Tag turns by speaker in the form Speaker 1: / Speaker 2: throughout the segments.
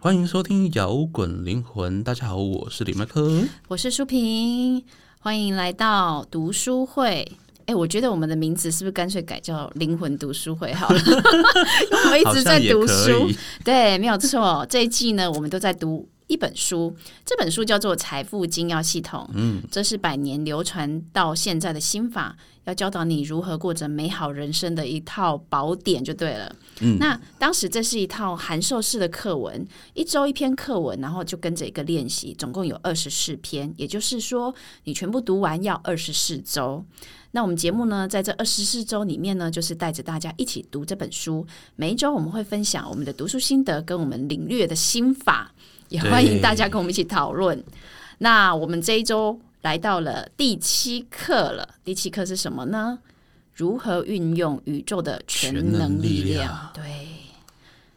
Speaker 1: 欢迎收听摇滚灵魂。大家好，我是李麦克。
Speaker 2: 我是舒平，欢迎来到读书会。哎，我觉得我们的名字是不是干脆改叫“灵魂读书会”好 了？因为我们一
Speaker 1: 好
Speaker 2: 直
Speaker 1: 像
Speaker 2: 在
Speaker 1: 也
Speaker 2: 读
Speaker 1: 可
Speaker 2: 书
Speaker 1: 以，
Speaker 2: 对，没有错。这一季呢，我们都在读一本书，这本书叫做《财富精要系统》，嗯，这是百年流传到现在的心法，要教导你如何过着美好人生的一套宝典就对了。嗯，那当时这是一套函授式的课文，一周一篇课文，然后就跟着一个练习，总共有二十四篇，也就是说你全部读完要二十四周。那我们节目呢，在这二十四周里面呢，就是带着大家一起读这本书。每一周我们会分享我们的读书心得跟我们领略的心法，也
Speaker 1: 对
Speaker 2: 欢迎大家跟我们一起讨论。 那我们这一周来到了第七课了，第七课是什么呢？如何运用宇宙的全
Speaker 1: 全能
Speaker 2: 能
Speaker 1: 力
Speaker 2: 力量？
Speaker 1: 量
Speaker 2: 对，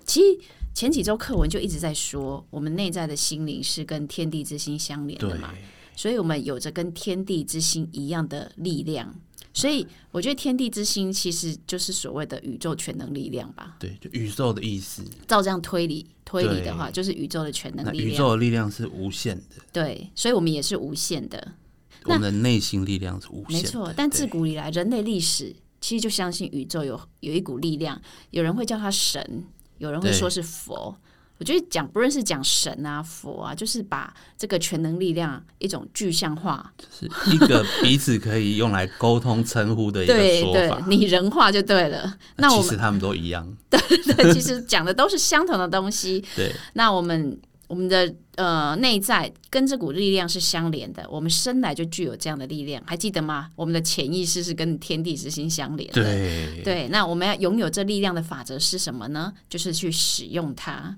Speaker 2: 其实前几周课文就一直在说，我们内在的心灵是跟天地之心相连
Speaker 1: 对
Speaker 2: 的嘛。所以我们有着跟天地之心一样的力量。所以我觉得天地之心其实就是所谓的宇宙全能力量吧。
Speaker 1: 对，就宇宙的意思。
Speaker 2: 照这样推理推理
Speaker 1: 对
Speaker 2: 的话，就是宇宙的全能
Speaker 1: 那
Speaker 2: 力
Speaker 1: 宇
Speaker 2: 量。
Speaker 1: 宙的力量是无限的，
Speaker 2: 对，所以我们也是无限的，
Speaker 1: 我们的内心力量是无限
Speaker 2: 没
Speaker 1: 的。
Speaker 2: 错。但
Speaker 1: 对
Speaker 2: 自古以来，人类历史其实就相信宇宙有有一股力量，有人会叫它神，有人会
Speaker 1: 对
Speaker 2: 说是佛。我觉得讲不论是讲神啊、佛啊，就是把这个全能力量一种具象化，
Speaker 1: 是一个彼此可以用来沟通称呼的一个
Speaker 2: 对
Speaker 1: 说
Speaker 2: 对
Speaker 1: 法，。啊
Speaker 2: 拟人化就对了。那我
Speaker 1: 其
Speaker 2: 们
Speaker 1: 实他们都一样。
Speaker 2: 对，其实讲的都是相同的东西。
Speaker 1: 对，
Speaker 2: 那我们我们的呃内在跟这股力量是相连的，我们生来就具有这样的力量，还记得吗？我们的潜意识是跟天地之心相连的。
Speaker 1: 对
Speaker 2: 对，那我们要拥有这力量的法则是什么呢？就是去使用它。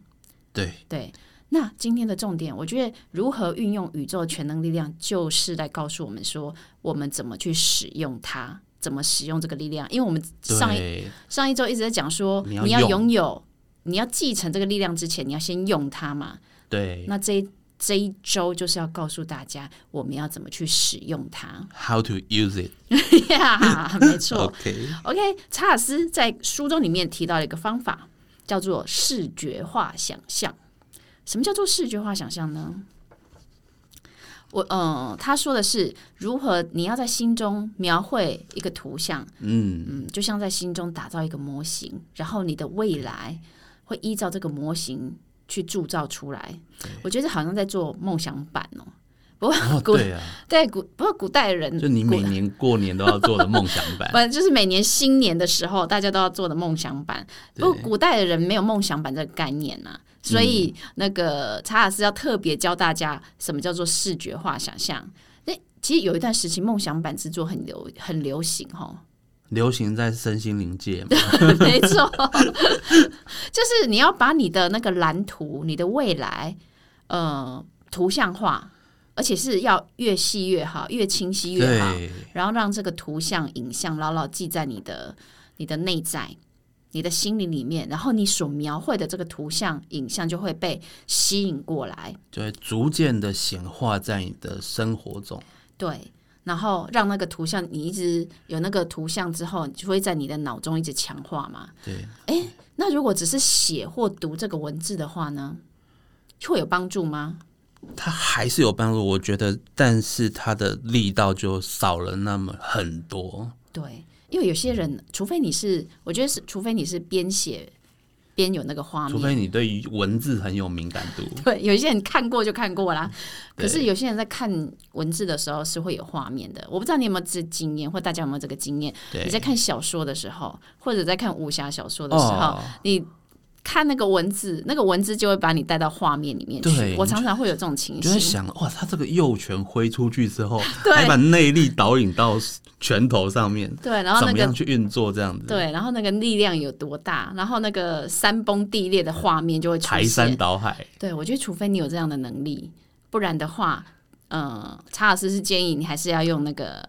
Speaker 1: 对，
Speaker 2: 对，那今天的重点，我觉得如何运用宇宙全能力量，就是在告诉我们说，我们怎么去使用它，怎么使用这个力量。因为我们上一
Speaker 1: 对
Speaker 2: 上一周一直在讲说，
Speaker 1: 你
Speaker 2: 你
Speaker 1: 要
Speaker 2: 要
Speaker 1: 用
Speaker 2: 拥有，你要继承这个力量之前，你要先用它嘛。
Speaker 1: 对
Speaker 2: 那这一这一周就是要告诉大家，我们要怎么去使用 它。
Speaker 1: ，How to use it？
Speaker 2: 呀，没错。
Speaker 1: OK，
Speaker 2: OK，查尔斯在书中里面提到了一个方法，叫做视觉化想象。什么叫做视觉化想象呢？我嗯、他说的是如何你要在心中描绘一个图像，
Speaker 1: 嗯，
Speaker 2: 嗯，就像在心中打造一个模型，然后你的未来会依照这个模型去铸造出来。我觉得好像在做梦想版哦。不过
Speaker 1: 哦，
Speaker 2: 古、
Speaker 1: 对啊，
Speaker 2: 对古不过古代人
Speaker 1: 就你
Speaker 2: 古
Speaker 1: 每年过年都要做的梦想版，
Speaker 2: 反正就是每年新年的时候，大家都要做的梦想版。不过古代的人没有梦想版这个概念啊，所以那个查尔斯要特别教大家什么叫做视觉化想象。那其实有一段时期，梦想版制作很流很流行哈、
Speaker 1: 流行在身心灵界嘛。
Speaker 2: 没错， 就是你要把你的那个蓝图、你的未来，呃，图像化，而且是要越细越好，越清晰越好，
Speaker 1: 对，
Speaker 2: 然后让这个图像、影像牢牢记在你的、你的内在、你的心灵里面，然后你所描绘的这个图像、影像就会被吸引过来，
Speaker 1: 就会逐渐的显化在你的生活中。
Speaker 2: 对。然后让那个图像，你一直有那个图像之后，你就会在你的脑中一直强化嘛。
Speaker 1: 对，
Speaker 2: 那如果只是写或读这个文字的话呢，会有帮助吗？
Speaker 1: 它还是有帮助，我觉得，但是它的力道就少了那么很多。
Speaker 2: 对，因为有些人，除非你是，我觉得是，除非你是边写边有那个画
Speaker 1: 除
Speaker 2: 面。
Speaker 1: 非你对于文字很有敏感度，
Speaker 2: 对，有些人看过就看过啦，
Speaker 1: 对
Speaker 2: 可是有些人在看文字的时候是会有画面的。我不知道你有没有这经验，或大家有没有这个经验？你
Speaker 1: 对，
Speaker 2: 在看小说的时候，或者在看武侠小说的时候，
Speaker 1: 哦，
Speaker 2: 你看那个文字，那个文字就会把你带到画面里面
Speaker 1: 对
Speaker 2: 去。我常常会有这种情
Speaker 1: 你就在。
Speaker 2: 形
Speaker 1: 想，哇，他这个右拳挥出去之后，
Speaker 2: 对
Speaker 1: 还把内力导引到拳头上面，
Speaker 2: 对，然后
Speaker 1: 怎
Speaker 2: 那
Speaker 1: 么
Speaker 2: 个
Speaker 1: 样去运作这样子？，
Speaker 2: 对，然后那个力量有多大，然后那个山崩地裂的画面就会出
Speaker 1: 排山
Speaker 2: 现。
Speaker 1: 倒海，
Speaker 2: 对，我觉得除非你有这样的能力，不然的话，呃，查尔斯是建议你还是要用那个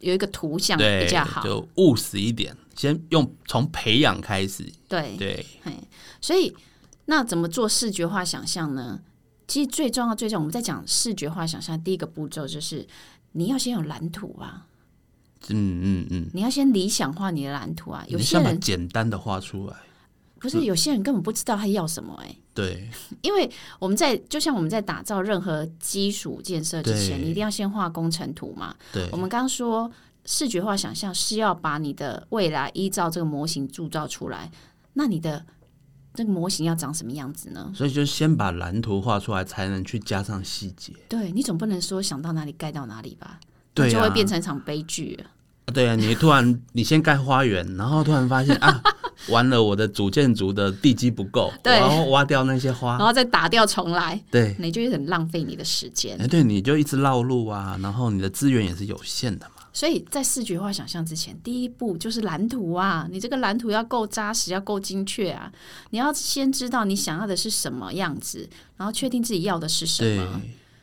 Speaker 2: 有一个图像比
Speaker 1: 对
Speaker 2: 较好。，
Speaker 1: 就务实一点，先用从培养开始，
Speaker 2: 对，
Speaker 1: 对，
Speaker 2: 嘿所以那怎么做视觉化想象呢？其实最重要、最重要，我们在讲视觉化想象，第一个步骤就是你要先有蓝图啊，
Speaker 1: 嗯嗯嗯，
Speaker 2: 你要先理想化你的蓝图啊。有
Speaker 1: 你
Speaker 2: 些
Speaker 1: 先把嗯
Speaker 2: 人
Speaker 1: 简单的画出来，
Speaker 2: 可是有些人根本不知道他要什么哎、
Speaker 1: 对
Speaker 2: 因为我们在就像我们在打造任何基础建设之前，
Speaker 1: 对
Speaker 2: 你一定要先画工程图嘛。
Speaker 1: 对
Speaker 2: 我们刚刚说视觉化想象是要把你的未来依照这个模型铸造出来，那你的那个模型要长什么样子呢？
Speaker 1: 所以就先把蓝图画出来，才能去加上细节。
Speaker 2: 对你总不能说想到哪里盖到哪里吧，
Speaker 1: 对
Speaker 2: 那就会
Speaker 1: 啊
Speaker 2: 变成一场悲剧了。
Speaker 1: 对啊，你突然你先盖花园，然后突然发 现啊，完了，我的主建筑的地基不够，我
Speaker 2: 对哦
Speaker 1: 要挖掉那些花
Speaker 2: 然。后再打掉重来，
Speaker 1: 对，
Speaker 2: 你就有点浪费你的时间。
Speaker 1: 哎，对，你就一直绕路啊，然后你的资源也是有限的嘛。
Speaker 2: 所以在视觉化想象之前，第一步就是蓝图啊，你这个蓝图要够扎实，要够精确啊。你要先知道你想要的是什么样子，然后确定自己要的是什
Speaker 1: 对
Speaker 2: 么。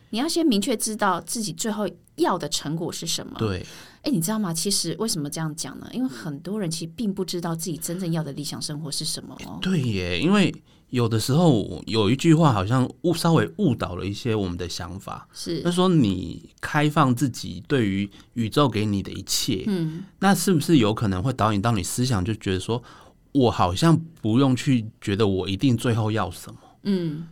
Speaker 2: 你要先明确知道自己最后要的成果是什么。
Speaker 1: 对，
Speaker 2: 哎，你知道吗？其实为什么这样讲呢？因为很多人其实并不知道自己真正要的理想生活是什么哦。
Speaker 1: 对耶，因为有的时候有一句话好像误稍微误导了一些我们的想法，
Speaker 2: 是
Speaker 1: 就，说你开放自己对于宇宙给你的一切，
Speaker 2: 嗯，
Speaker 1: 那是不是有可能会导引到你思想，就觉得说我好像不用去觉得我一定最后要什么？
Speaker 2: 嗯，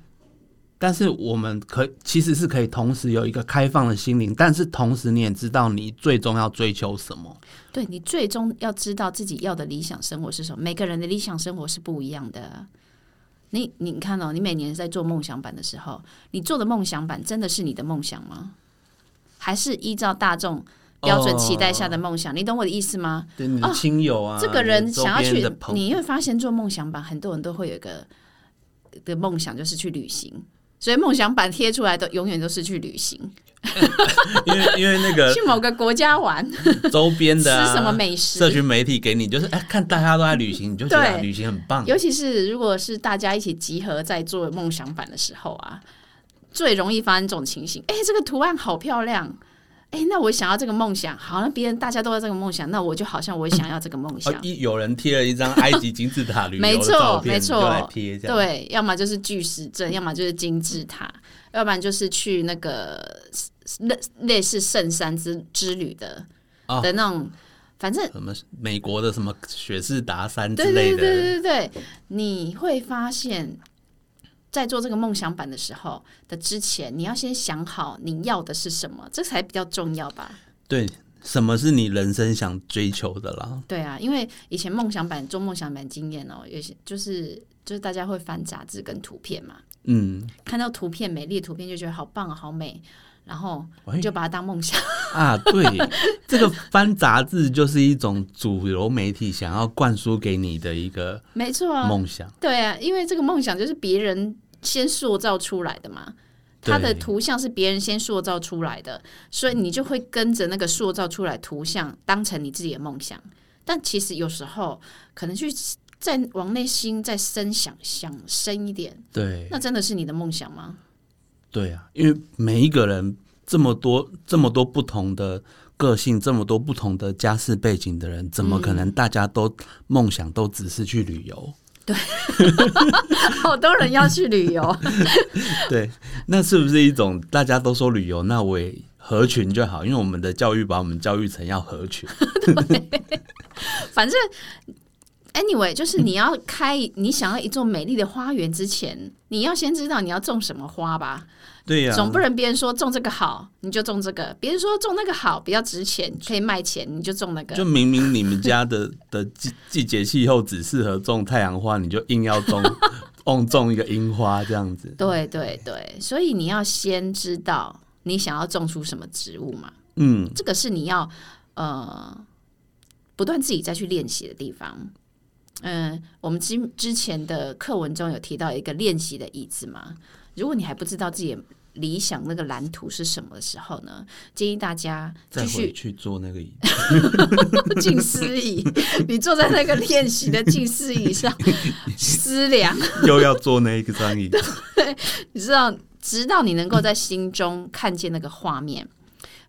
Speaker 1: 但是我们可其实是可以同时有一个开放的心灵，但是同时你也知道你最终要追求什么。
Speaker 2: 对你最终要知道自己要的理想生活是什么。每个人的理想生活是不一样的。你你看哦，你每年在做梦想版的时候，你做的梦想版真的是你的梦想吗？还是依照大众标准期待下的梦想？你懂我的意思吗？
Speaker 1: 对你的亲友哦啊，
Speaker 2: 哦这个人
Speaker 1: 你周
Speaker 2: 想要
Speaker 1: 边
Speaker 2: 去
Speaker 1: 的，朋友
Speaker 2: 你会发现做梦想版，很多人都会有一个的梦想，就是去旅行。所以梦想版贴出来的永远都是去旅行，
Speaker 1: 因为因为那个
Speaker 2: 去某个国家玩，
Speaker 1: 周边
Speaker 2: 吃
Speaker 1: 呃的、啊、
Speaker 2: 什么美食，
Speaker 1: 社群媒体给你，就是哎，看大家都在旅行，你就觉得啊
Speaker 2: 对
Speaker 1: 旅行很棒。
Speaker 2: 尤其是如果是大家一起集合在做梦想版的时候啊，最容易发生这种情形。哎、这个图案好漂亮。哎、那我想要这个梦想，好，那别人大家都要这个梦想，那我就好像我也想要这个梦想
Speaker 1: 哦，，一有人贴了一 张埃及金字塔旅游
Speaker 2: 没
Speaker 1: 的
Speaker 2: 错
Speaker 1: 照片，
Speaker 2: 没
Speaker 1: 你
Speaker 2: 错
Speaker 1: 就来贴这样。
Speaker 2: 对，要么就是巨石阵，要么就是金字塔，要不然就是去那个类类似圣山之之旅的、
Speaker 1: 哦
Speaker 2: 的那种，反正
Speaker 1: 什么美国的什么雪士达山之
Speaker 2: 对
Speaker 1: 类
Speaker 2: 对
Speaker 1: 的，
Speaker 2: 对对对，你会发现，在做这个梦想版的时候的之前，你要先想好你要的是什么，这才比较重要吧？
Speaker 1: 对什么是你人生想追求的啦？
Speaker 2: 对啊，因为以前梦想版做梦想版经验哦，有些就是就是大家会翻杂志跟图片嘛，
Speaker 1: 嗯
Speaker 2: 看到图片美丽的图片就觉得好棒、啊、好美，然后
Speaker 1: 喂
Speaker 2: 就把它当梦想。
Speaker 1: 啊，对，这个翻杂志就是一种主流媒体想要灌输给你的一个
Speaker 2: 没错啊，
Speaker 1: 梦想。
Speaker 2: 对啊，因为这个梦想就是别人先塑造出来的嘛，它
Speaker 1: 对
Speaker 2: 的图像是别人先塑造出来的，所以你就会跟着那个塑造出来图像当成你自己的梦想。但其实有时候可能去再往内心再深想想深一点，
Speaker 1: 对
Speaker 2: 那真的是你的梦想吗？
Speaker 1: 对啊，因为每一个人这么多这么多不同的个性，这么多不同的家世背景的人，怎么
Speaker 2: 嗯
Speaker 1: 可能大家都梦想都只是去旅游？
Speaker 2: 好多人要去旅游，
Speaker 1: 对，那是不是一种大家都说旅游，那我也合群就好？因为我们的教育把我们教育成要合群。
Speaker 2: 反正 anyway，就是你要开你想要一座美丽的花园之前，你要先知道你要种什么花吧。
Speaker 1: 对啊呀、
Speaker 2: 总不能别人说种这个好，你就种这个；别人说种那个好，比较值钱，可以卖钱，你就种那
Speaker 1: 就
Speaker 2: 个。
Speaker 1: 明明你们家的 的季季节气候只适合种太阳花，你就硬要种 硬种一个樱花这样子。
Speaker 2: 对对对，所以你要先知道你想要种出什么植物嘛，
Speaker 1: 嗯，
Speaker 2: 这个是你要呃不断自己再去练习的地方。嗯，我们之之前的课文中有提到一个练习的椅子嘛，如果你还不知道自己的理想那个蓝图是什么的时候呢，建议大家
Speaker 1: 再
Speaker 2: 继续
Speaker 1: 回去做那个椅
Speaker 2: 近思椅，你坐在那个练习的近思椅上思 量，
Speaker 1: 子，又要做那一个 张椅子。
Speaker 2: 你知道，直到你能够在心中看见那个画面。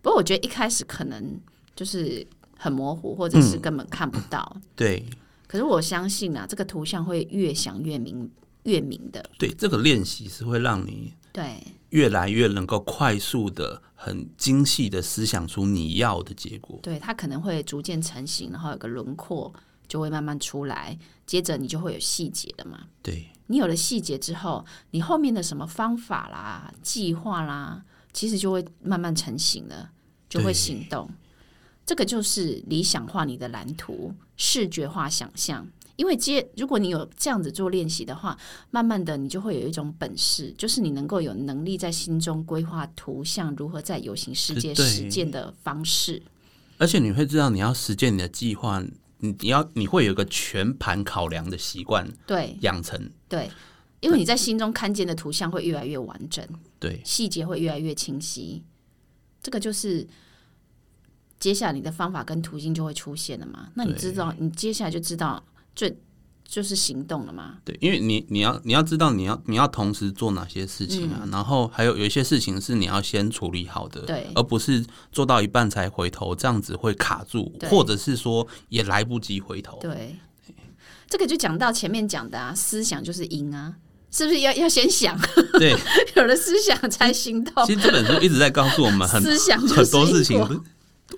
Speaker 2: 不过我觉得一开始可能就是很模糊，或者是根本看不到。
Speaker 1: 对
Speaker 2: 可是我相信啊，这个图像会越想越明，越明的。
Speaker 1: 对，这个练习是会让你
Speaker 2: 对
Speaker 1: 越来越能够快速的、很精细的思想出你要的结果。
Speaker 2: 对，它可能会逐渐成型，然后有个轮廓就会慢慢出来，接着你就会有细节了嘛。
Speaker 1: 对，
Speaker 2: 你有了细节之后，你后面的什么方法啦、计划啦，其实就会慢慢成型了，就会
Speaker 1: 对
Speaker 2: 行动。这个就是理想化你的蓝图，视觉化想象。因为接，如果你有这样子做练习的话，慢慢的你就会有一种本事，就是你能够有能力在心中规划图像如何在有形世界
Speaker 1: 对
Speaker 2: 实践的方式。
Speaker 1: 而且你会知道你要实践你的计划，你你要你会有一个全盘考量的习惯
Speaker 2: 对
Speaker 1: 养成。
Speaker 2: 对，因为你在心中看见的图像会越来越完整。
Speaker 1: 对，
Speaker 2: 细节会越来越清晰。这个就是接下来你的方法跟途径就会出现了嘛？那你
Speaker 1: 对
Speaker 2: 知道，你接下来就知道最就是行动了嘛？
Speaker 1: 对，因为你你要你要知道你要你要同时做哪些事情啊，然后还有有一些事情是你要先处理好的，
Speaker 2: 嗯对
Speaker 1: 而不是做到一半才回头，这样子会卡住，
Speaker 2: 对
Speaker 1: 或者是说也来不及回头。
Speaker 2: 对，这个就讲到前面讲的啊，思想就是赢啊，是不是要要先想，
Speaker 1: 对，
Speaker 2: 有了思想才行动，
Speaker 1: 其实这本书一直在告诉我们很
Speaker 2: 思想就是
Speaker 1: 很多事情
Speaker 2: 因果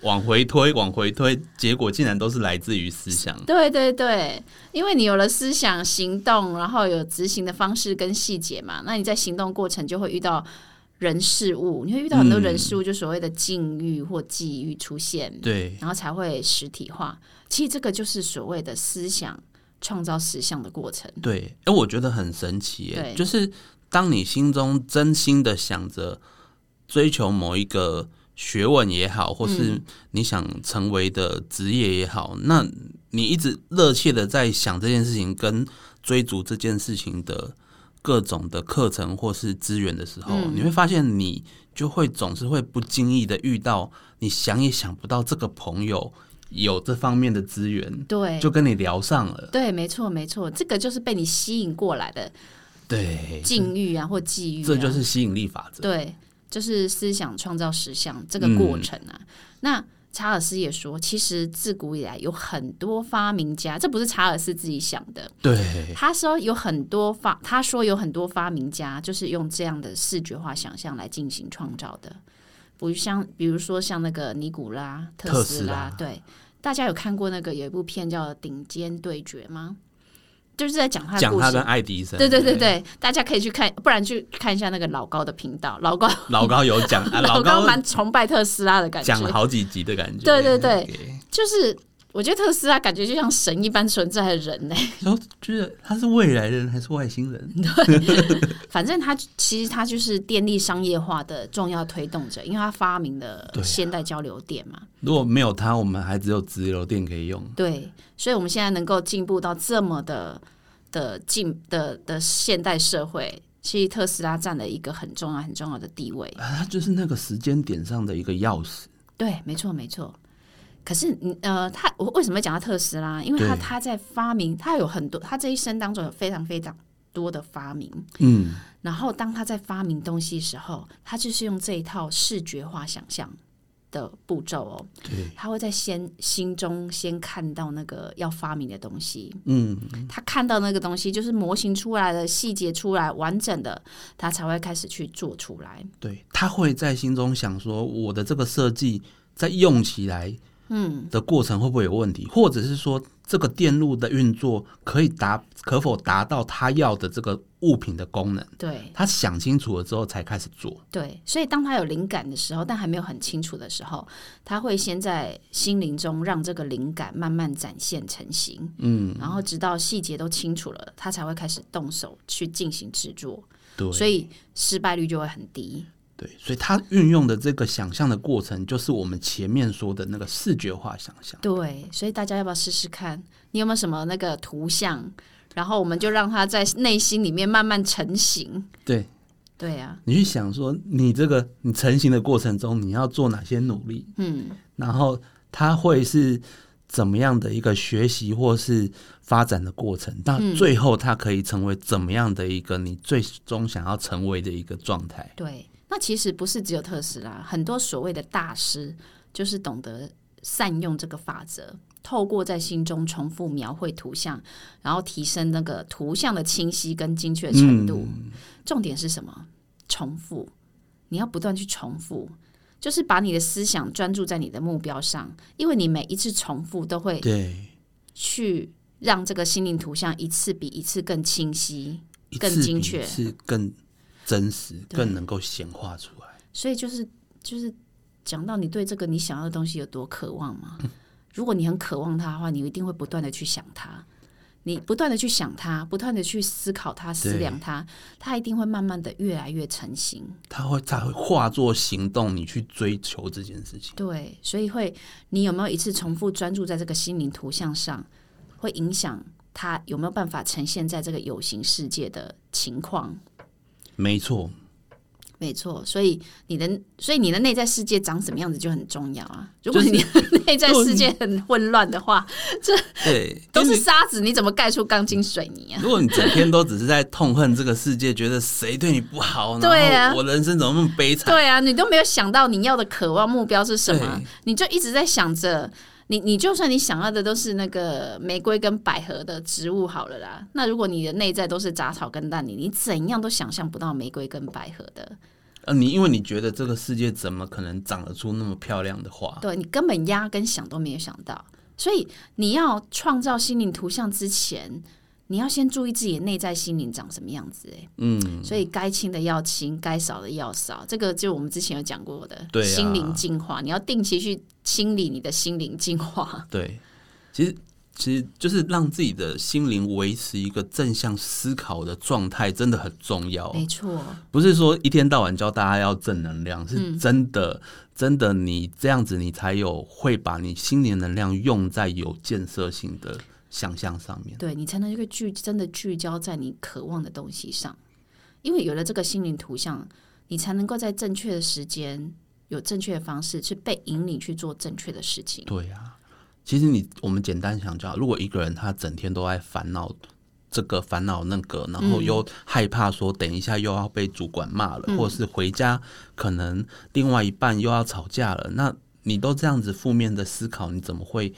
Speaker 1: 往回推，往回推，结果竟然都是来自于思想。
Speaker 2: 对对对，因为你有了思想、行动，然后有执行的方式跟细节嘛，那你在行动过程就会遇到人事物，你会遇到很多人事物，就所谓的境遇或际遇出现，
Speaker 1: 对，
Speaker 2: 然后才会实体化。其实这个就是所谓的思想创造实相的过程。
Speaker 1: 对，哎，我觉得很神奇耶
Speaker 2: 嗯对，
Speaker 1: 就是当你心中真心的想着追求某一个学问也好，或是
Speaker 2: 嗯
Speaker 1: 你想成为的职业也好，那你一直热切的在想这件事情跟追逐这件事情的各种的课程或是资源的时候，
Speaker 2: 嗯
Speaker 1: 你会发现你就会总是会不经意的遇到你想也想不到这个朋友有这方面的资源，
Speaker 2: 对
Speaker 1: 就跟你聊上了，
Speaker 2: 对，没错没错，这个就是被你吸引过来的
Speaker 1: 对。
Speaker 2: 境遇啊或际遇、啊，
Speaker 1: 这就是吸引力法则。
Speaker 2: 对，就是思想创造实相这个过程啊。那查尔斯也说，其实自古以来有很多发明家，这不是查尔斯自己想的。
Speaker 1: 对
Speaker 2: 他说有很多发，他说有很多发明家就是用这样的视觉化想象来进行创造的，不像比如说像那个尼古拉特
Speaker 1: 特
Speaker 2: 斯
Speaker 1: 斯
Speaker 2: 拉，
Speaker 1: 拉
Speaker 2: 对，大家有看过那个有一部片叫《顶尖对决》吗？就是在讲他的
Speaker 1: 讲
Speaker 2: 故
Speaker 1: 他
Speaker 2: 事
Speaker 1: 跟，爱迪生，
Speaker 2: 对对对，对，大家可以去看，不然去看一下那个老高的频道，老高
Speaker 1: 老高有 讲，啊、
Speaker 2: 老
Speaker 1: 高
Speaker 2: 高蛮崇拜特斯拉的感觉
Speaker 1: 讲，了好几集的感觉。
Speaker 2: 对对对
Speaker 1: OK，
Speaker 2: 就是我觉得特斯拉感觉就像神一般存在的人呢、
Speaker 1: 然后就是他是未来人还是外星人？
Speaker 2: 反正他其实他就是电力商业化的重要推动者，因为他发明了
Speaker 1: 对啊
Speaker 2: 现代交流电嘛。
Speaker 1: 如果没有他，我们还只有直流电可以用。
Speaker 2: 对，所以我们现在能够进步到这么的的进的的现代社会，其实特斯拉占了一个很重要很重要的地位。
Speaker 1: 啊，他就是那个时间点上的一个钥匙。
Speaker 2: 对，没错，没错。可是，嗯呃，他我为什么讲到特斯拉？因为他
Speaker 1: 对
Speaker 2: 他在发明，他有很多，他这一生当中有非常非常多的发明。
Speaker 1: 嗯，
Speaker 2: 然后，当他在发明东西的时候，他就是用这一套视觉化想象的步骤哦。
Speaker 1: 对，
Speaker 2: 他会在先心中先看到那个要发明的东西，
Speaker 1: 嗯，
Speaker 2: 他看到那个东西就是模型出来的细节出来完整的，他才会开始去做出来。
Speaker 1: 对，他会在心中想说，我的这个设计在用起来，嗯，的过程会不会有问题，或者是说这个电路的运作可以达可否达到他要的这个物品的功能？
Speaker 2: 对
Speaker 1: 他想清楚了之后才开始做。
Speaker 2: 对，所以当他有灵感的时候，但还没有很清楚的时候，他会先在心灵中让这个灵感慢慢展现成型，嗯，然后直到细节都清楚了，他才会开始动手去进行制作，
Speaker 1: 对
Speaker 2: 所以失败率就会很低。
Speaker 1: 对，所以他运用的这个想象的过程，就是我们前面说的那个视觉化想象。
Speaker 2: 对，所以大家要不要试试看？你有没有什么那个图像？然后我们就让它在内心里面慢慢成型。
Speaker 1: 对
Speaker 2: 对啊，
Speaker 1: 你去想说，你这个你成型的过程中，你要做哪些努力？
Speaker 2: 嗯，
Speaker 1: 然后它会是怎么样的一个学习或是发展的过程？到
Speaker 2: 嗯
Speaker 1: 最后，它可以成为怎么样的一个你最终想要成为的一个状态？
Speaker 2: 对，那其实不是只有特斯拉，很多所谓的大师就是懂得善用这个法则，透过在心中重复描绘图像，然后提升那个图像的清晰跟精确程度。
Speaker 1: 嗯
Speaker 2: 重点是什么？重复，你要不断去重复。就是把你的思想专注在你的目标上，因为你每一次重复都会
Speaker 1: 对
Speaker 2: 去让这个心灵图像一次比一次更清晰、
Speaker 1: 一
Speaker 2: 更
Speaker 1: 次
Speaker 2: 精
Speaker 1: 比
Speaker 2: 确
Speaker 1: 一次更真实，
Speaker 2: 对
Speaker 1: 更能够显化出来。
Speaker 2: 所以就是就是讲到你对这个你想要的东西有多渴望嘛。如果你很渴望它的话，你一定会不断的去想它，你不断的去想它，不断的去思考它、思量它，它一定会慢慢的越来越成型。
Speaker 1: 它会，它会化作行动，你去追求这件事情。
Speaker 2: 对，所以会你有没有一次重复专注在这个心灵图像上，会影响它有没有办法呈现在这个有形世界的情况。
Speaker 1: 没错，
Speaker 2: 没错，所以你的所以你的内在世界长什么样子就很重要啊。如果你的内在世界很混乱的话，
Speaker 1: 对，
Speaker 2: 都
Speaker 1: 因为
Speaker 2: 是沙子，你怎么盖出钢筋水泥啊？
Speaker 1: 如果你整天都只是在痛恨这个世界，觉得谁对你不好，
Speaker 2: 对
Speaker 1: 然
Speaker 2: 啊
Speaker 1: 后我人生怎么那么悲惨？
Speaker 2: 对啊，你都没有想到你要的渴望目标是什么
Speaker 1: 对，
Speaker 2: 你就一直在想着。你你就算你想要的都是那个玫瑰跟百合的植物好了啦，那如果你的内在都是杂草跟烂泥，你怎样都想象不到玫瑰跟百合的，
Speaker 1: 呃，你因为你觉得这个世界怎么可能长得出那么漂亮的花？
Speaker 2: 对你根本压根想都没有想到。所以你要创造心灵图像之前，你要先注意自己的内在心灵长什么样子、欸。
Speaker 1: 嗯，
Speaker 2: 所以该清的要清，该扫的要扫，这个就我们之前有讲过的，
Speaker 1: 对啊
Speaker 2: 心灵净化，你要定期去清理你的心灵净化。
Speaker 1: 对，其实其实就是让自己的心灵维持一个正向思考的状态，真的很重要。
Speaker 2: 没错，
Speaker 1: 不是说一天到晚教大家要正能量，
Speaker 2: 嗯
Speaker 1: 是真的，真的你这样子，你才有会把你心灵能量用在有建设性的想象上面。
Speaker 2: 对你才能够聚真的聚焦在你渴望的东西上，因为有了这个心灵图像，你才能够在正确的时间。有正确的方式去被引领去做正确的事情，
Speaker 1: 对呀、其实你我们简单想就好。如果一个人他整天都在烦恼这个烦恼那个，然后又害怕说等一下又要被主管骂了，或者是回家可能另外一半又要吵架了，那你都这样子负面的思考，你怎么会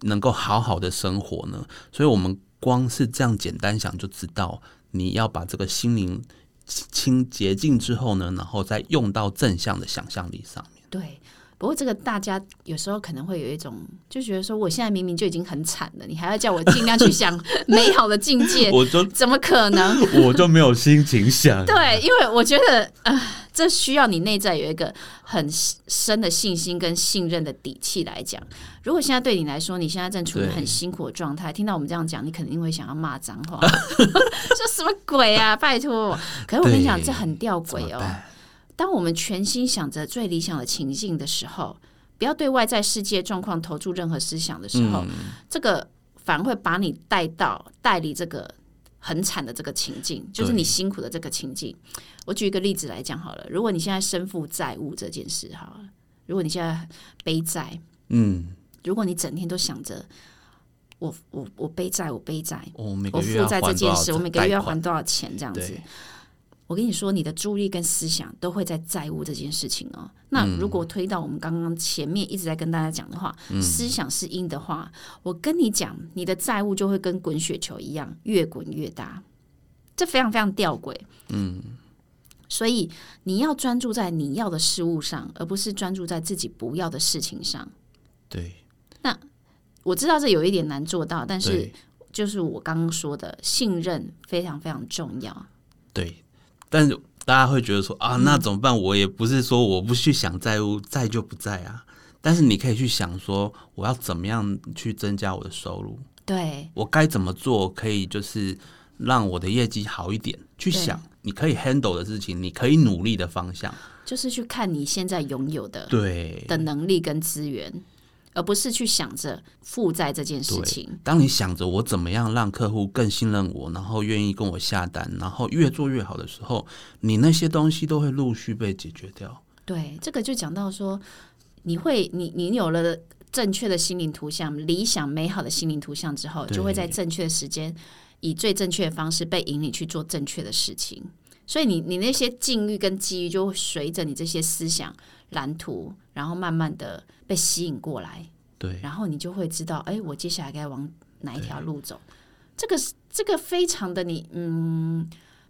Speaker 1: 能够好好的生活呢？所以我们光是这样简单想就知道，你要把这个心灵。清洁净之后呢，然后再用到正向的想象力上面。
Speaker 2: 对。不过这个大家有时候可能会有一种就觉得说，我现在明明就已经很惨了，你还要叫我尽量去想 美好的境界，
Speaker 1: 我就
Speaker 2: 怎么可能？
Speaker 1: 我就没有心情想。
Speaker 2: 对，因为我觉得，呃，这需要你内在有一个很深的信心跟信任的底气来讲。如果现在对你来说，你现在正处于
Speaker 1: 对
Speaker 2: 很辛苦的状态，听到我们这样讲，你肯定会想要骂脏 话， 说什么鬼啊！拜托，可是我跟你讲，
Speaker 1: 对
Speaker 2: 这很吊
Speaker 1: 怎么
Speaker 2: 诡哦。
Speaker 1: 办？
Speaker 2: 当我们全心想着最理想的情境的时候，不要对外在世界状况投注任何思想的时候，这个反而会把你带到带离这个很惨的这个情境，就是你辛苦的这个情境。我举一个例子来讲好了，如果你现在身负债务这件事好了，如果你现在背债，
Speaker 1: 嗯，
Speaker 2: 如果你整天都想着我我我背债我背债，
Speaker 1: 我每
Speaker 2: 我
Speaker 1: 个月
Speaker 2: 负
Speaker 1: 要
Speaker 2: 债这
Speaker 1: 还
Speaker 2: 件
Speaker 1: 多
Speaker 2: 事，
Speaker 1: 少
Speaker 2: 我每个月
Speaker 1: 贷
Speaker 2: 要
Speaker 1: 款
Speaker 2: 还多少钱这样子
Speaker 1: 对。
Speaker 2: 我跟你说，你的注意力跟思想都会在债务这件事情哦。那如
Speaker 1: 嗯
Speaker 2: 果推到我们刚刚前面一直在跟大家讲的话，思想是因的话，我跟你讲，你的债务就会跟滚雪球一样，越滚越大。这非常非常吊诡。嗯，所以你要专注在你要的事物上，而不是专注在自己不要的事情上。
Speaker 1: 对
Speaker 2: 我知道这有一点难做到，但是
Speaker 1: 对
Speaker 2: 就是我刚刚说的，信任非常非常重要。
Speaker 1: 对，但是大家会觉得说啊，那怎么办？我也不是说我不去想债务，债就不在啊。但是你可以去想说，我要怎么样去增加我的收入？
Speaker 2: 对，
Speaker 1: 我该怎么做可以就是让我的业绩好一点？去
Speaker 2: 对
Speaker 1: 想你可以 handle 的事情，你可以努力的方向。
Speaker 2: 就是去看你现在拥有的
Speaker 1: 对，
Speaker 2: 的能力跟资源，而不是去想着负债这件事情。
Speaker 1: 当你想着我怎么样让客户更信任我，然后愿意跟我下单，然后越做越好的时候，你那些东西都会陆续被解决掉。
Speaker 2: 对，这个就讲到说，你会你你有了正确的心灵图像、理想美好的心灵图像之后，
Speaker 1: 对
Speaker 2: 就会在正确的时间，以最正确的方式被引领去做正确的事情。所以你你那些境遇跟机遇，就会随着你这些思想蓝图，然后慢慢的被吸引过来。
Speaker 1: 对，
Speaker 2: 然后你就会知道，哎，我接下来该往哪一条路走。这个是这个非常的你，嗯，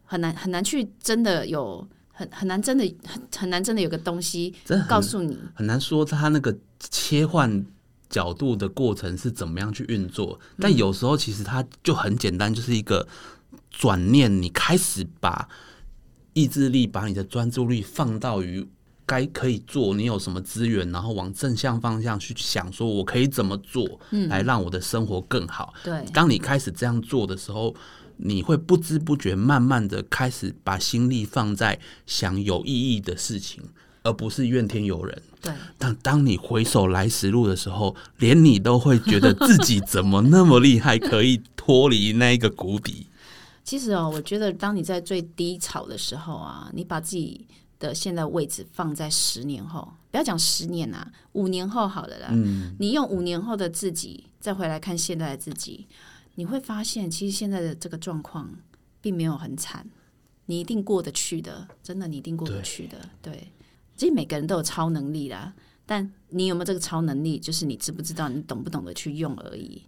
Speaker 2: 很难很难去真的有很很难真的很很难真的有个东西
Speaker 1: 真的很
Speaker 2: 告诉你，
Speaker 1: 很难说它那个切换角度的过程是怎么样去运作。但有时候其实它就很简单，就是一个转念，你开始把意志力、把你的专注力放到于该可以做，你有什么资源，然后往正向方向去想，说我可以怎么做，来让我的生活更好。
Speaker 2: 对，
Speaker 1: 当你开始这样做的时候，你会不知不觉慢慢的开始把心力放在想有意义的事情，而不是怨天尤人。
Speaker 2: 对，
Speaker 1: 但当你回首来时路的时候，连你都会觉得自己怎么那么厉害，可以脱离那一个谷底。
Speaker 2: 其实哦，我觉得当你在最低潮的时候啊，你把自己的现在位置放在十年后，不要讲十年啊，五年后好了啦。嗯、你用五年后的自己再回来看现在的自己，你会发现，其实现在的这个状况并没有很惨，你一定过得去的，真的，你一定过得去的。对，其实每个人都有超能力啦。但你有没有这个超能力，就是你知不知道，你懂不懂得去用而已。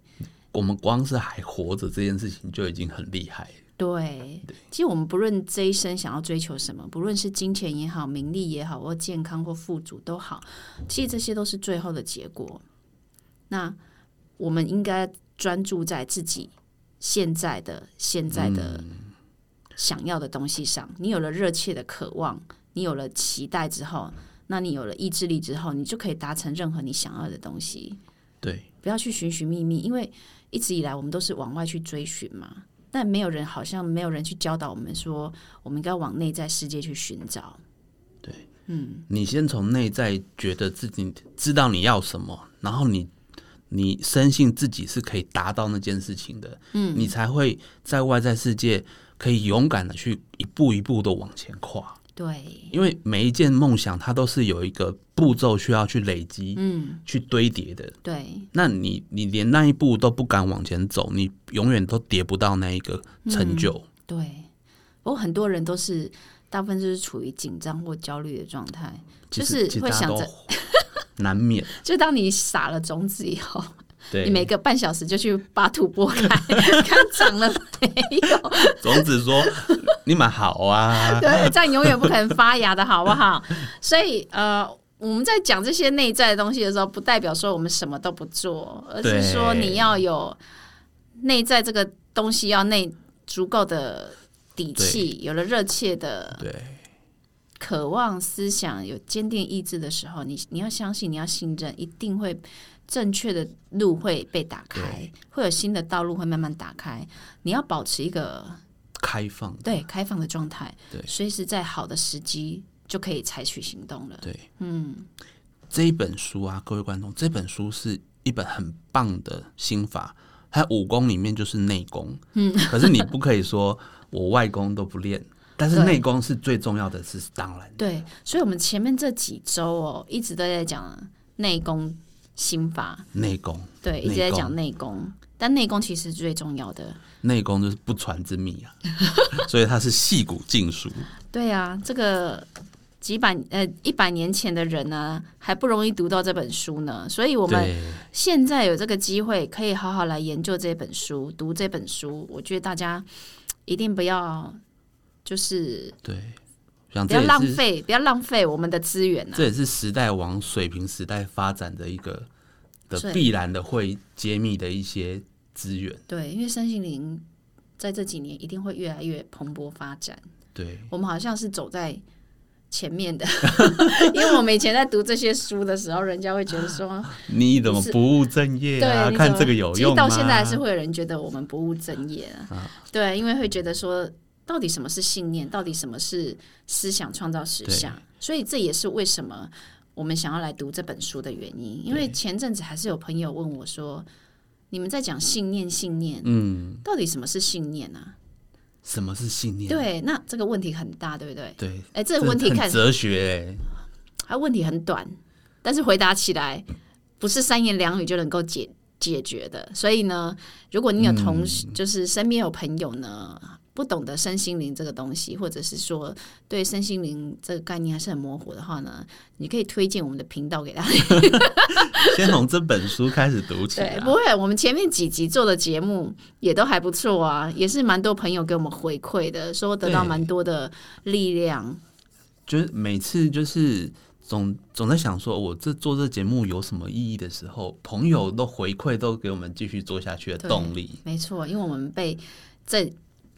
Speaker 1: 我们光是还活着这件事情就已经很厉害了。
Speaker 2: 对，其实我们不论这一生想要追求什么，不论是金钱也好、名利也好，或健康或富足都好，其实这些都是最后的结果。那我们应该专注在自己现在的、现在的想要的东西上。你有了热切的渴望，你有了期待之后，那你有了意志力之后，你就可以达成任何你想要的东西。
Speaker 1: 对，
Speaker 2: 不要去寻寻觅觅，因为一直以来我们都是往外去追寻嘛，但没有人好像没有人去教导我们说，我们应该往内在世界去寻找。
Speaker 1: 你先从内在觉得自己知道你要什么，然后你你深信自己是可以达到那件事情的，嗯，你才会在外在世界可以勇敢的去一步一步的往前跨。
Speaker 2: 对，
Speaker 1: 因为每一件梦想，它都是有一个步骤需要去累积、
Speaker 2: 嗯，
Speaker 1: 去堆叠的。
Speaker 2: 对，
Speaker 1: 那你你连那一步都不敢往前走，你永远都叠不到那一个
Speaker 2: 嗯
Speaker 1: 成就。
Speaker 2: 对。不过很多人都是大部分就是处于紧张或焦虑的状态，
Speaker 1: 其
Speaker 2: 就
Speaker 1: 实
Speaker 2: 是
Speaker 1: 其实
Speaker 2: 会
Speaker 1: 大家
Speaker 2: 想
Speaker 1: 都
Speaker 2: 着
Speaker 1: 难免。
Speaker 2: 就当你撒了种子以后，
Speaker 1: 对
Speaker 2: 你，每个半小时就去把土拨 开，看长了没有。
Speaker 1: 种子说你蛮好啊，
Speaker 2: 对，这样永远不可能发芽的好不 好？所以呃，我们在讲这些内在的东西的时候，不代表说我们什么都不做，而是说
Speaker 1: 对
Speaker 2: 你要有内在这个东西要内足够的底气，有了热切的
Speaker 1: 对。
Speaker 2: 渴望思想，有坚定意志的时候，你你要相信，你要信任，一定会正确的路会被打开
Speaker 1: 对，
Speaker 2: 会有新的道路会慢慢打开。你要保持一个
Speaker 1: 开放。
Speaker 2: 对开放的状态，
Speaker 1: 嗯对
Speaker 2: 随时在好的时机就可以采取行动了。
Speaker 1: 对，嗯，这一本书啊，各位观众，这本书是一本很棒的心法，它武功里面就是内功。嗯，可是你不可以说我外功都不练，但是
Speaker 2: 对
Speaker 1: 内功是最重要的是当然。
Speaker 2: 对，所以我们前面这几周哦，一直都在讲内功心法，
Speaker 1: 内功，
Speaker 2: 对，一直在讲内功，但内功其实是最重要的。
Speaker 1: 内功就是不传之秘啊， 所以它是细骨劲术。
Speaker 2: 对啊，这个几百呃一百年前的人呢，还不容易读到这本书呢，所以我们
Speaker 1: 对，
Speaker 2: 现在有这个机会，可以好好来研究这本书，读这本书。我觉得大家一定不要就是
Speaker 1: 对，像
Speaker 2: 不
Speaker 1: 啊这
Speaker 2: 要
Speaker 1: 也
Speaker 2: 浪
Speaker 1: 是
Speaker 2: 费，不要浪费我们的资源啊！
Speaker 1: 这也是时代往水平时代发展的一个
Speaker 2: 对
Speaker 1: 的必然的会揭秘的一些资源。
Speaker 2: 对，因为身心灵在这几年一定会越来越蓬勃发展，
Speaker 1: 对，
Speaker 2: 我们好像是走在前面的， 因为我们以前在读这些书的时候，人家会觉得说，
Speaker 1: 你怎么不务正业啊？
Speaker 2: 对，你
Speaker 1: 看
Speaker 2: 怎
Speaker 1: 这个
Speaker 2: 么
Speaker 1: 有
Speaker 2: 其实
Speaker 1: 用吗？
Speaker 2: 到现在还是会有人觉得我们不务正业啊，对，因为会觉得说，到底什么是信念？到底什么是思想创造实相？所以这也是为什么我们想要来读这本书的原因。因为前阵子还是有朋友问我说，你们在讲信念，信念，嗯，到底什么是信念啊？
Speaker 1: 什么是信念？
Speaker 2: 对，那这个问题很大，对不对？
Speaker 1: 对，
Speaker 2: 哎，这个问题
Speaker 1: 很
Speaker 2: 看
Speaker 1: 哲学欸
Speaker 2: 它问题很短，但是回答起来不是三言两语就能够解解决的。所以呢，如果你有同事，就是身边有朋友呢，不懂得身心灵这个东西，或者是说对身心灵这个概念还是很模糊的话呢，你可以推荐我们的频道给他。
Speaker 1: 欸，先从这本书开始读起
Speaker 2: 对，
Speaker 1: 啊。
Speaker 2: 不会，我们前面几集做的节目也都还不错啊，也是蛮多朋友给我们回馈的，说得到
Speaker 1: 对
Speaker 2: 蛮多的力量。
Speaker 1: 就是每次就是总总在想说，我这做这节目有什么意义的时候，朋友
Speaker 2: 嗯
Speaker 1: 都回馈都给我们继续做下去的动力。
Speaker 2: 没错，因为我们被这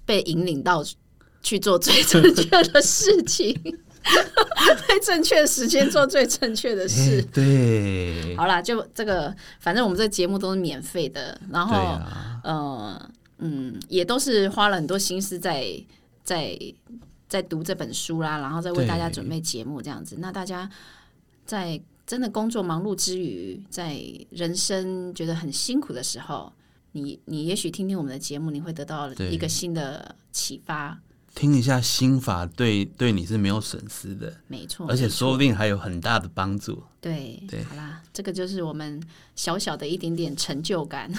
Speaker 2: 被引领到去做最正确的事情， 在正确的时间做最正确的
Speaker 1: 哎
Speaker 2: 事。
Speaker 1: 对，
Speaker 2: 好啦，就这个，反正我们这个节目都是免费的，然
Speaker 1: 对
Speaker 2: 后、
Speaker 1: 啊，
Speaker 2: 呃，嗯，也都是花了很多心思在在在读这本书啦，然后再为
Speaker 1: 对
Speaker 2: 大家准备节目这样子。那大家在真的工作忙碌之余，在人生觉得很辛苦的时候，你你也许听听我们的节目，你会得到
Speaker 1: 对
Speaker 2: 一个新的启发。
Speaker 1: 听一下心法对对你是没有损失的，
Speaker 2: 没错，
Speaker 1: 而且
Speaker 2: 哦没错
Speaker 1: 说不定还有很大的帮助。
Speaker 2: 对，
Speaker 1: 对
Speaker 2: 好啦，这个就是我们小小的一点点成就感。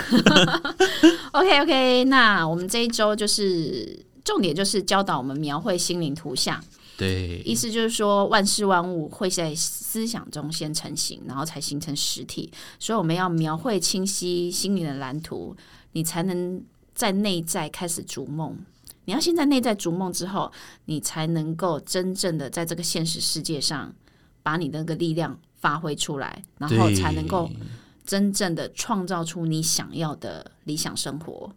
Speaker 2: OK OK，那我们这一周就是重点就是教导我们描绘心灵图像，
Speaker 1: 对
Speaker 2: 意思就是说万事万物会在思想中先成型，然后才形成实体，所以我们要描绘清晰心灵的蓝图，你才能在内在开始逐梦。你要先在内在逐梦之后，你才能够真正的在这个现实世界上把你的那个力量发挥出来，然后
Speaker 1: 对
Speaker 2: 才能够真正的创造出你想要的理想生活。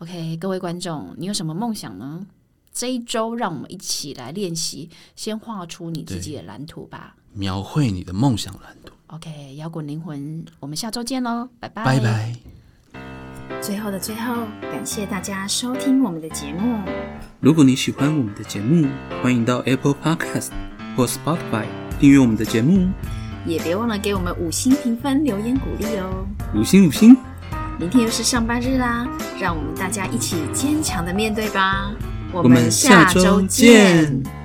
Speaker 2: OK，各位观众，你有什么梦想呢？这一周让我们一起来练习，先画出你自己的蓝图吧。
Speaker 1: 描绘你的梦想蓝图。
Speaker 2: OK，摇滚灵魂，我们下周见喽，拜拜，
Speaker 1: 拜拜。
Speaker 3: 最后的最后，感谢大家收听我们的节目。
Speaker 4: 如果你喜欢我们的节目，欢迎到 Apple Podcast 或 Spotify 订阅我们的节目哦，
Speaker 3: 也别忘了给我们五星评分、留言鼓励哦。
Speaker 4: 五星五星。
Speaker 3: 明天又是上班日啦，让我们大家一起坚强的面对吧。我
Speaker 4: 我们下周见。